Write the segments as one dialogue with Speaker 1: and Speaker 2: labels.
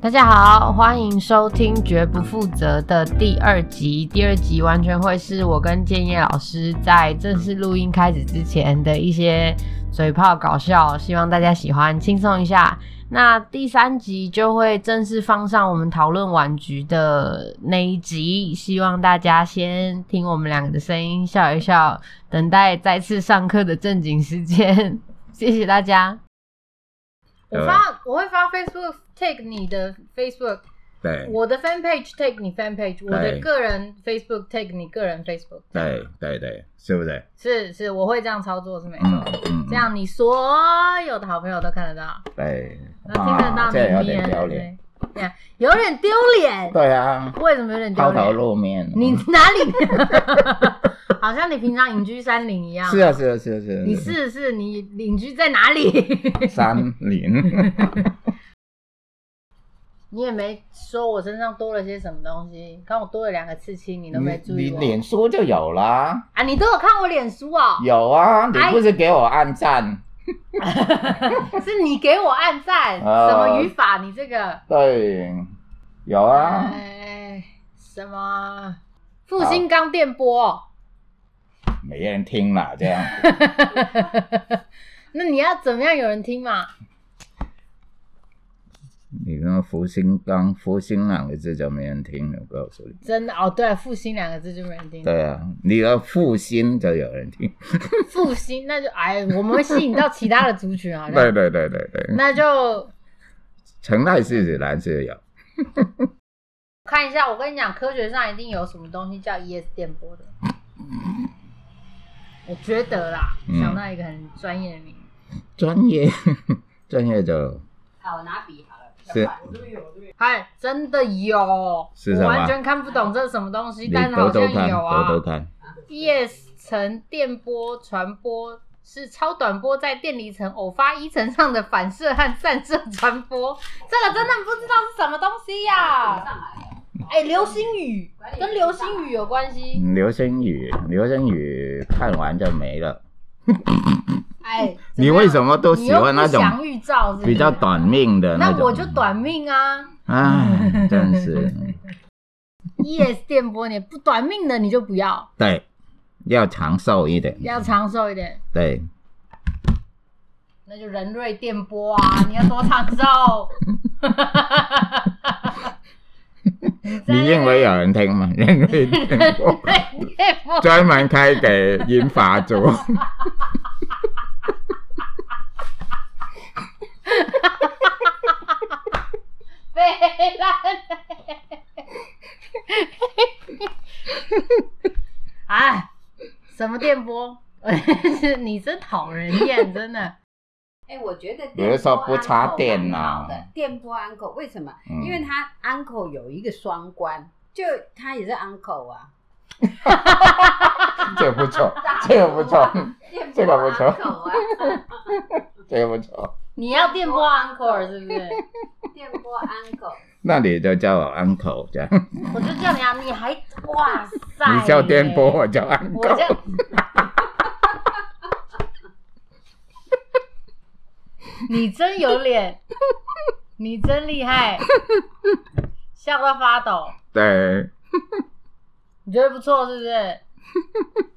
Speaker 1: 大家好，欢迎收听《绝不负责》的第二集。第二集完全会是我跟建业老师在正式录音开始之前的一些嘴炮搞笑，希望大家喜欢，轻松一下。那第三集就会正式放上我们讨论晚局的那一集，希望大家先听我们两个的声音笑一笑，等待再次上课的正经时间。 谢谢大家。我
Speaker 2: 呃
Speaker 1: 发我会发 Facebook take 你的 Facebook，
Speaker 2: 对
Speaker 1: 我的 fan page take 你 fan page，我的个人 Facebook take 你个人 Facebook，
Speaker 2: 对对对，是不是？
Speaker 1: 是是，我会这样操作是没错。
Speaker 2: 嗯嗯，
Speaker 1: 这样你所有的好朋友都看得到，
Speaker 2: 嗯对，
Speaker 1: 然后听得到
Speaker 2: 啊这有
Speaker 1: 你
Speaker 2: 点
Speaker 1: 名
Speaker 2: 丢
Speaker 1: 人
Speaker 2: 脸，
Speaker 1: 对，这样有点丢脸。
Speaker 2: 对啊，
Speaker 1: 为什么有点丢
Speaker 2: 抛头
Speaker 1: 脸？
Speaker 2: 露面，嗯
Speaker 1: 你哪里？好像你平常隐居山林一样。
Speaker 2: 是啊是啊是啊是啊，
Speaker 1: 你是是，你隐居在哪里？
Speaker 2: 山林，
Speaker 1: 你也没说我身上多了些什么东西，看我多了两个刺青， 你都没
Speaker 2: 你
Speaker 1: 注
Speaker 2: 你
Speaker 1: 意我。
Speaker 2: 脸书就有啦，
Speaker 1: 啊，你都有看我脸书哦？
Speaker 2: 有啊，你
Speaker 1: 哎
Speaker 2: 不是给我按赞？
Speaker 1: 是你给我按赞，
Speaker 2: 哦
Speaker 1: 什么语法？你这个
Speaker 2: 对，有啊，
Speaker 1: 哎，什么复兴刚电波？哦
Speaker 2: 没人听啦，这样
Speaker 1: 那你要怎么样有人听嘛？
Speaker 2: 你那个福星刚福星两个字就没人听了，我告诉你。
Speaker 1: 真的哦，对，复兴两个字就没人听。
Speaker 2: 对啊，你的复兴就有人听。
Speaker 1: 复兴那就哎，我们会吸引到其他的族群好
Speaker 2: 对
Speaker 1: 像。
Speaker 2: 对对对对，
Speaker 1: 那就
Speaker 2: 成泰世子兰是有。
Speaker 1: 看一下，我跟你讲，科学上一定有什么东西叫 ES 电波的。我觉得啦，
Speaker 2: 嗯
Speaker 1: 想到一个很专业的名字。
Speaker 2: 专业， 专业的，
Speaker 1: 好，我拿笔好了。
Speaker 2: 是
Speaker 1: 嗨，真的有，
Speaker 2: 是什
Speaker 1: 我
Speaker 2: 么
Speaker 1: 完全看不懂这是什么东西，
Speaker 2: 你
Speaker 1: 但是
Speaker 2: 抖
Speaker 1: 好
Speaker 2: 抖
Speaker 1: 像
Speaker 2: 看，
Speaker 1: 有
Speaker 2: 抖抖
Speaker 1: 啊。
Speaker 2: 看，
Speaker 1: 叶层电波传播是超短波在电离层偶发一层上的反射和散射传播，这个真的不知道是什么东西呀、哎，流星雨跟流星雨有关系。
Speaker 2: 嗯流星雨，流星雨看完就没了。
Speaker 1: 哎，怎
Speaker 2: 你
Speaker 1: 样
Speaker 2: 为什么都喜欢那
Speaker 1: 你又
Speaker 2: 种
Speaker 1: 不想预兆是不是
Speaker 2: 比较？短命的
Speaker 1: 那
Speaker 2: 种？
Speaker 1: 我就短命啊。
Speaker 2: 唉，真 是
Speaker 1: ES E 电波，你不短命的你就不要，
Speaker 2: 对，要长寿一点。
Speaker 1: 要长寿一点，
Speaker 2: 对，
Speaker 1: 那就人瑞电波啊！你要多长寿？ 在，
Speaker 2: 你认为有人听吗？认为听过
Speaker 1: 瑞电波
Speaker 2: 专门开给银发族。
Speaker 1: 飞来，哎，什么电波？ 你真讨人厌，真的。
Speaker 3: 哎，我觉得
Speaker 2: 有的时候不插电
Speaker 3: 呐、
Speaker 2: 呐
Speaker 3: 的电波 uncle 为什么？
Speaker 2: 嗯
Speaker 3: 因为他 uncle 有一个双关，就他也是 uncle 啊。
Speaker 2: 这个不错，这个不错，
Speaker 3: 电波
Speaker 2: 这个不错
Speaker 3: uncle 啊，
Speaker 2: 这个不错。
Speaker 1: 你要电波 encore 是不是？
Speaker 3: 电波 uncle
Speaker 2: 那你就叫我 uncle 这样，
Speaker 1: 我就叫你啊，你还哇塞！
Speaker 2: 你叫颠簸，我叫 uncle。
Speaker 1: 我这样， 你真有脸，你真厉害，笑到发抖。
Speaker 2: 对，
Speaker 1: 你觉得不错是不是？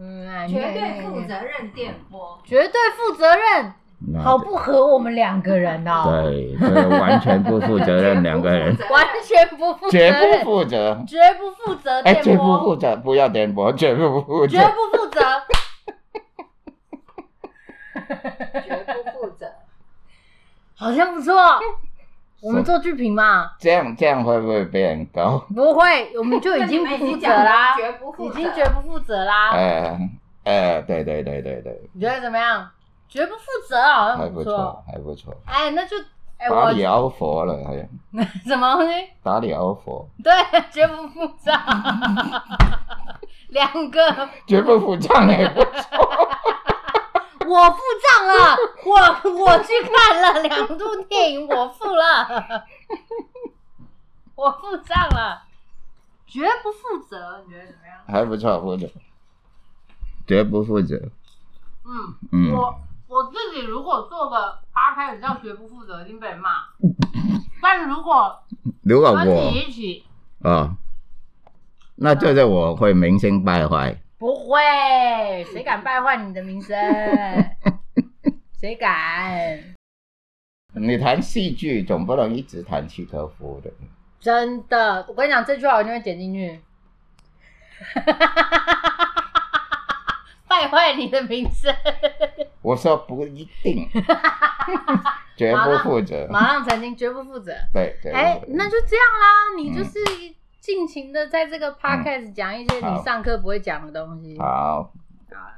Speaker 1: 嗯，哎
Speaker 3: 绝 对负，责任电波。
Speaker 1: 绝对负责任，
Speaker 2: 那
Speaker 1: 好不合我们两个人哦，
Speaker 2: 对，这个完全不负责任，两 个人
Speaker 3: 绝不负
Speaker 1: 完全不负
Speaker 3: 责任
Speaker 1: 责
Speaker 2: 绝不
Speaker 1: 任，
Speaker 2: 负责，
Speaker 1: 绝不负责
Speaker 2: 哎，
Speaker 1: 电
Speaker 2: 绝不负
Speaker 1: 波，
Speaker 2: 责，不要颠簸，绝不负责
Speaker 1: 绝，不负责。
Speaker 3: 绝不负责。
Speaker 1: 好像不错。我们做剧评嘛，
Speaker 2: 这样这样会不会被人告？
Speaker 1: 不会，我们就已 经不负责啦，
Speaker 3: 绝不负
Speaker 1: 已
Speaker 3: 责，
Speaker 1: 经绝不负责啦。
Speaker 2: 呃呃，对对对对对，
Speaker 1: 你觉得怎么样？绝不负责好
Speaker 2: 还
Speaker 1: 像
Speaker 2: 不
Speaker 1: 错
Speaker 2: 错。，啊还不错，
Speaker 1: 哎，那就哎
Speaker 2: 打
Speaker 1: 我
Speaker 2: 里奥佛了，还有
Speaker 1: 什么东西？
Speaker 2: 打里奥佛，
Speaker 1: 对，绝不负责。两个，
Speaker 2: 绝不负责 也不错，
Speaker 1: 我付账了，我我去看了两部电影，我付了，我付账了，绝不负责，你觉得怎么样？
Speaker 2: 还不错，不错，绝不负责，
Speaker 1: 嗯。
Speaker 2: 嗯，
Speaker 1: 我我自己如果做个 p 开始叫绝不负责，一定被人骂。但如果
Speaker 2: 如果
Speaker 1: 和
Speaker 2: 啊我
Speaker 1: 你一起，
Speaker 2: 哦，那就是我会明星败坏，
Speaker 3: 不会，谁敢败坏你的名 声？谁敢？
Speaker 2: 你谈戏剧总不能一直谈契诃夫的，
Speaker 3: 真的，我跟你讲这句话，我一定会剪进去。 败坏你的名声，
Speaker 2: 我说不一 定，绝不负责，
Speaker 3: 马上澄清，绝不负责。
Speaker 2: 对对，
Speaker 3: 哎、
Speaker 2: 对
Speaker 3: 那就这样啦，你就
Speaker 2: 嗯
Speaker 3: 是尽情的在这个 podcast 讲一些你
Speaker 2: 好
Speaker 3: 上课不会讲的东西。
Speaker 2: 好，
Speaker 3: 好，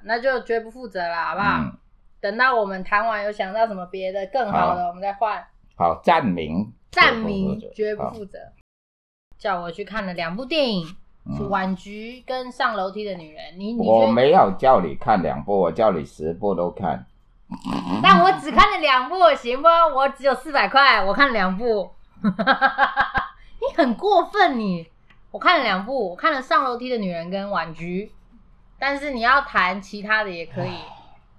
Speaker 3: 那就绝不负责啦，好不好？
Speaker 2: 嗯，
Speaker 3: 等到我们谈完，有想到什么别的更好的，
Speaker 2: 好
Speaker 3: 我们再换。
Speaker 2: 好，站名，
Speaker 3: 站名绝
Speaker 2: 绝
Speaker 3: 不
Speaker 2: 不
Speaker 3: 负
Speaker 2: 负责
Speaker 3: 责。叫我去看了两部电影，是《
Speaker 2: 好嗯
Speaker 3: 晚菊》跟《上楼梯的女人》。啊你你
Speaker 2: 我
Speaker 3: 觉得？
Speaker 2: 没有叫你看两部，我叫你十部都看，
Speaker 3: 但我只看了两部，行不？我只有四百块，我看了两部。 你很过分你！我看了两部，我看了《上楼梯的女人》跟《晚菊》，但是你要谈其他的也可以。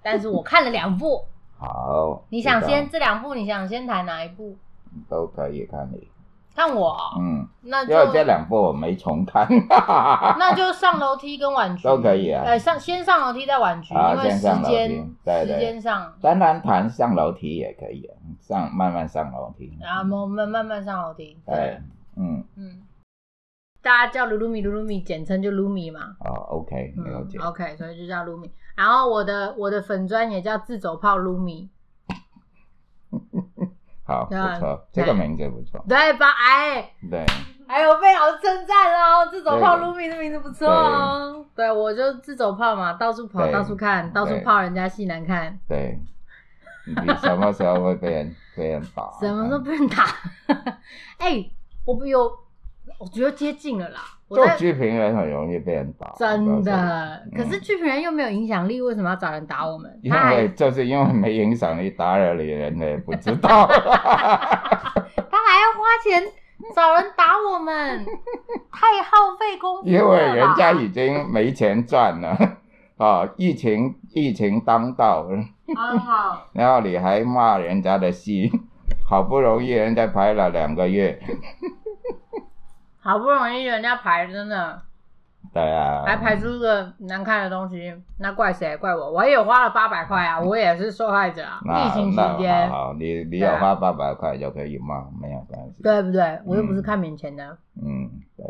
Speaker 3: 但是我看了两部，
Speaker 2: 好，
Speaker 3: 你想
Speaker 2: 知道
Speaker 3: 先这两部，你想先谈哪一部？
Speaker 2: 都可以看你，
Speaker 3: 看我，
Speaker 2: 嗯，
Speaker 3: 那
Speaker 2: 因为这
Speaker 3: 就呃
Speaker 2: 两部我没重看，
Speaker 3: 那就上楼梯跟晚菊
Speaker 2: 都可以啊
Speaker 3: 呃，上先上楼梯再晚菊，
Speaker 2: 好
Speaker 3: 因为
Speaker 2: 先
Speaker 3: 时
Speaker 2: 上楼梯
Speaker 3: 间
Speaker 2: 对
Speaker 3: 时
Speaker 2: 对
Speaker 3: 间上，
Speaker 2: 当然谈上楼梯也可以啊，上慢慢上楼梯，
Speaker 3: 然后我们慢慢上楼梯。
Speaker 2: 嗯对，，嗯，
Speaker 3: 嗯，大家叫鲁鲁米，鲁鲁米简称就鲁米嘛。
Speaker 2: 哦，OK，了
Speaker 3: 嗯
Speaker 2: 解，
Speaker 3: ，OK，所以就叫鲁米。然后我的我的粉砖也叫自走炮鲁米，
Speaker 2: 好，不
Speaker 3: 那
Speaker 2: 错，
Speaker 3: 对
Speaker 2: 这个名字不错，
Speaker 3: 对吧？哎
Speaker 2: 对，
Speaker 3: 哎，我被老师称赞了哦，自走炮
Speaker 2: 对
Speaker 3: 鲁米的名字不错哦。对，我就自走炮嘛，到处跑，
Speaker 2: 对
Speaker 3: 到处看，到处
Speaker 2: 对
Speaker 3: 泡人家戏难看。
Speaker 2: 对，你什么时候会被人被人打？
Speaker 3: 什么时候被人打？ 哎、我有，我觉得接近了啦。我
Speaker 2: 做
Speaker 3: 在
Speaker 2: 剧评人很容易被人打，
Speaker 3: 真
Speaker 2: 我告诉
Speaker 3: 的，可是剧评人又没有影响力，为什么要找人打我们？
Speaker 2: 你，嗯因
Speaker 3: 他还
Speaker 2: 为就是因为没影响力，打扰你的人也不知道。
Speaker 3: 他还要花钱找人打我 们，太耗费功夫了
Speaker 2: 因
Speaker 3: 吧
Speaker 2: 为人家已经没钱赚了， 啊、疫情疫情当道，
Speaker 3: 很哦好，
Speaker 2: 然后你还骂人家的戏，好不容易人家拍了两个月，
Speaker 3: 好不容易人家排真的
Speaker 2: 对啊，
Speaker 3: 还排出个难看的东西，那怪谁？怪我，我也花了八百块啊，我也是受害者啊。
Speaker 2: 嗯那
Speaker 3: 疫情
Speaker 2: 那
Speaker 3: 期间
Speaker 2: 好，好，你你
Speaker 3: 对
Speaker 2: 有
Speaker 3: 啊
Speaker 2: 花八百块就可以骂，没有关系。
Speaker 3: 对不对？我又不是
Speaker 2: 嗯
Speaker 3: 看免钱的。
Speaker 2: 嗯，对，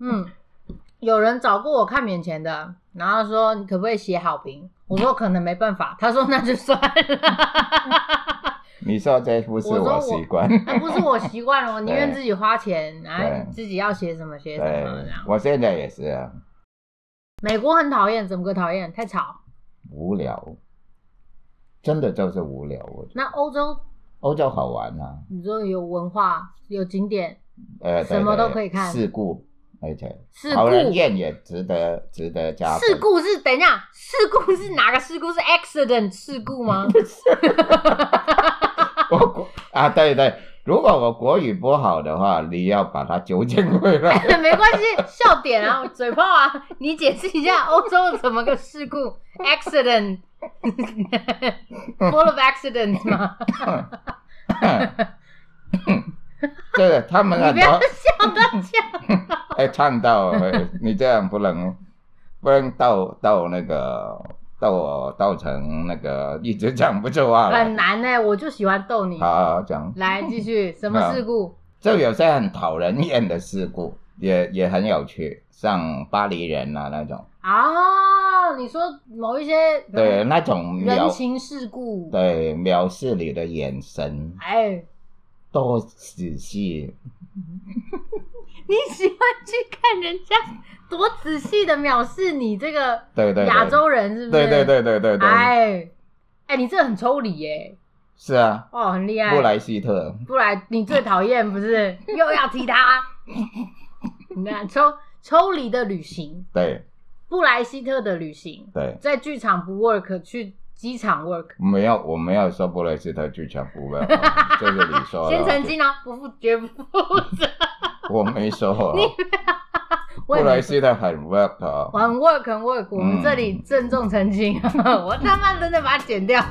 Speaker 3: 嗯，有人找过我看免钱的，然后说你可不可以写好评？我说可能没办法， 他说那就算了。
Speaker 2: 你说这不是
Speaker 3: 我说我
Speaker 2: 习惯，
Speaker 3: 那不是我 习惯了，我宁愿
Speaker 2: 对
Speaker 3: 自己花钱，然后
Speaker 2: 对
Speaker 3: 自己要写什么写什
Speaker 2: 对
Speaker 3: 么这样，。
Speaker 2: 我现在也是啊，
Speaker 3: 美国很讨厌，怎么个讨厌？太吵。
Speaker 2: 无聊，真的就是无聊。我觉得
Speaker 3: 那欧洲，
Speaker 2: 欧洲好玩啊，
Speaker 3: 你说有文化，有景点，
Speaker 2: 呃，对
Speaker 3: 什么
Speaker 2: 对
Speaker 3: 都可以看
Speaker 2: 事故，而且
Speaker 3: 事
Speaker 2: 讨人
Speaker 3: 故
Speaker 2: 厌也值得值得加分。
Speaker 3: 事故是等一下，事故是哪个事故？是 accident 事故 吗？
Speaker 2: 我国啊，对对，如果我国语不好的话，你要把它纠正回来。
Speaker 3: 哎没关系，笑点啊，嘴炮啊，你解释一下欧洲怎么个事故 accident。Full of accidents 吗？
Speaker 2: 这个他们
Speaker 3: 你
Speaker 2: 很
Speaker 3: 不要
Speaker 2: 多
Speaker 3: 笑到这样，
Speaker 2: 哎唱到，哎你这样不能不能到到那个到我到成那个一直讲不出话
Speaker 3: 很
Speaker 2: 来。
Speaker 3: 难呢、欸我就喜欢逗你。
Speaker 2: 好讲，
Speaker 3: 来继续，什么事故？
Speaker 2: 就有些很讨人厌的事故，也也很有趣，像巴黎人啊那种，
Speaker 3: 啊，你说某一些呃
Speaker 2: 对那种
Speaker 3: 嗯人
Speaker 2: 藐
Speaker 3: 情世故，
Speaker 2: 对藐视你的眼神，
Speaker 3: 哎，
Speaker 2: 多仔细
Speaker 3: 你喜欢去看人家多仔细的藐视你这个
Speaker 2: 对对对
Speaker 3: 亚洲人，是不
Speaker 2: 对
Speaker 3: 是？
Speaker 2: 对对对对对，
Speaker 3: 哎，哎，你这很抽离耶、
Speaker 2: 是啊，
Speaker 3: 哦，很厉害。
Speaker 2: 布莱希特，
Speaker 3: 不然你最讨厌不 是又要提他？你看抽抽离的旅行，
Speaker 2: 对
Speaker 3: 布莱希特的旅行，
Speaker 2: 对，
Speaker 3: 在剧场不 work，去机场 work。
Speaker 2: 没有，我没有说布莱希特剧场不会， 就是你说
Speaker 3: 先澄
Speaker 2: 的，
Speaker 3: 清啊，不负绝不负责。
Speaker 2: 我没说，啊
Speaker 3: 我
Speaker 2: 布
Speaker 3: 也没
Speaker 2: 莱希特嗯很 work 哦，
Speaker 3: 很 work 很 work，我们这里郑重澄清，我他妈真的把它剪掉。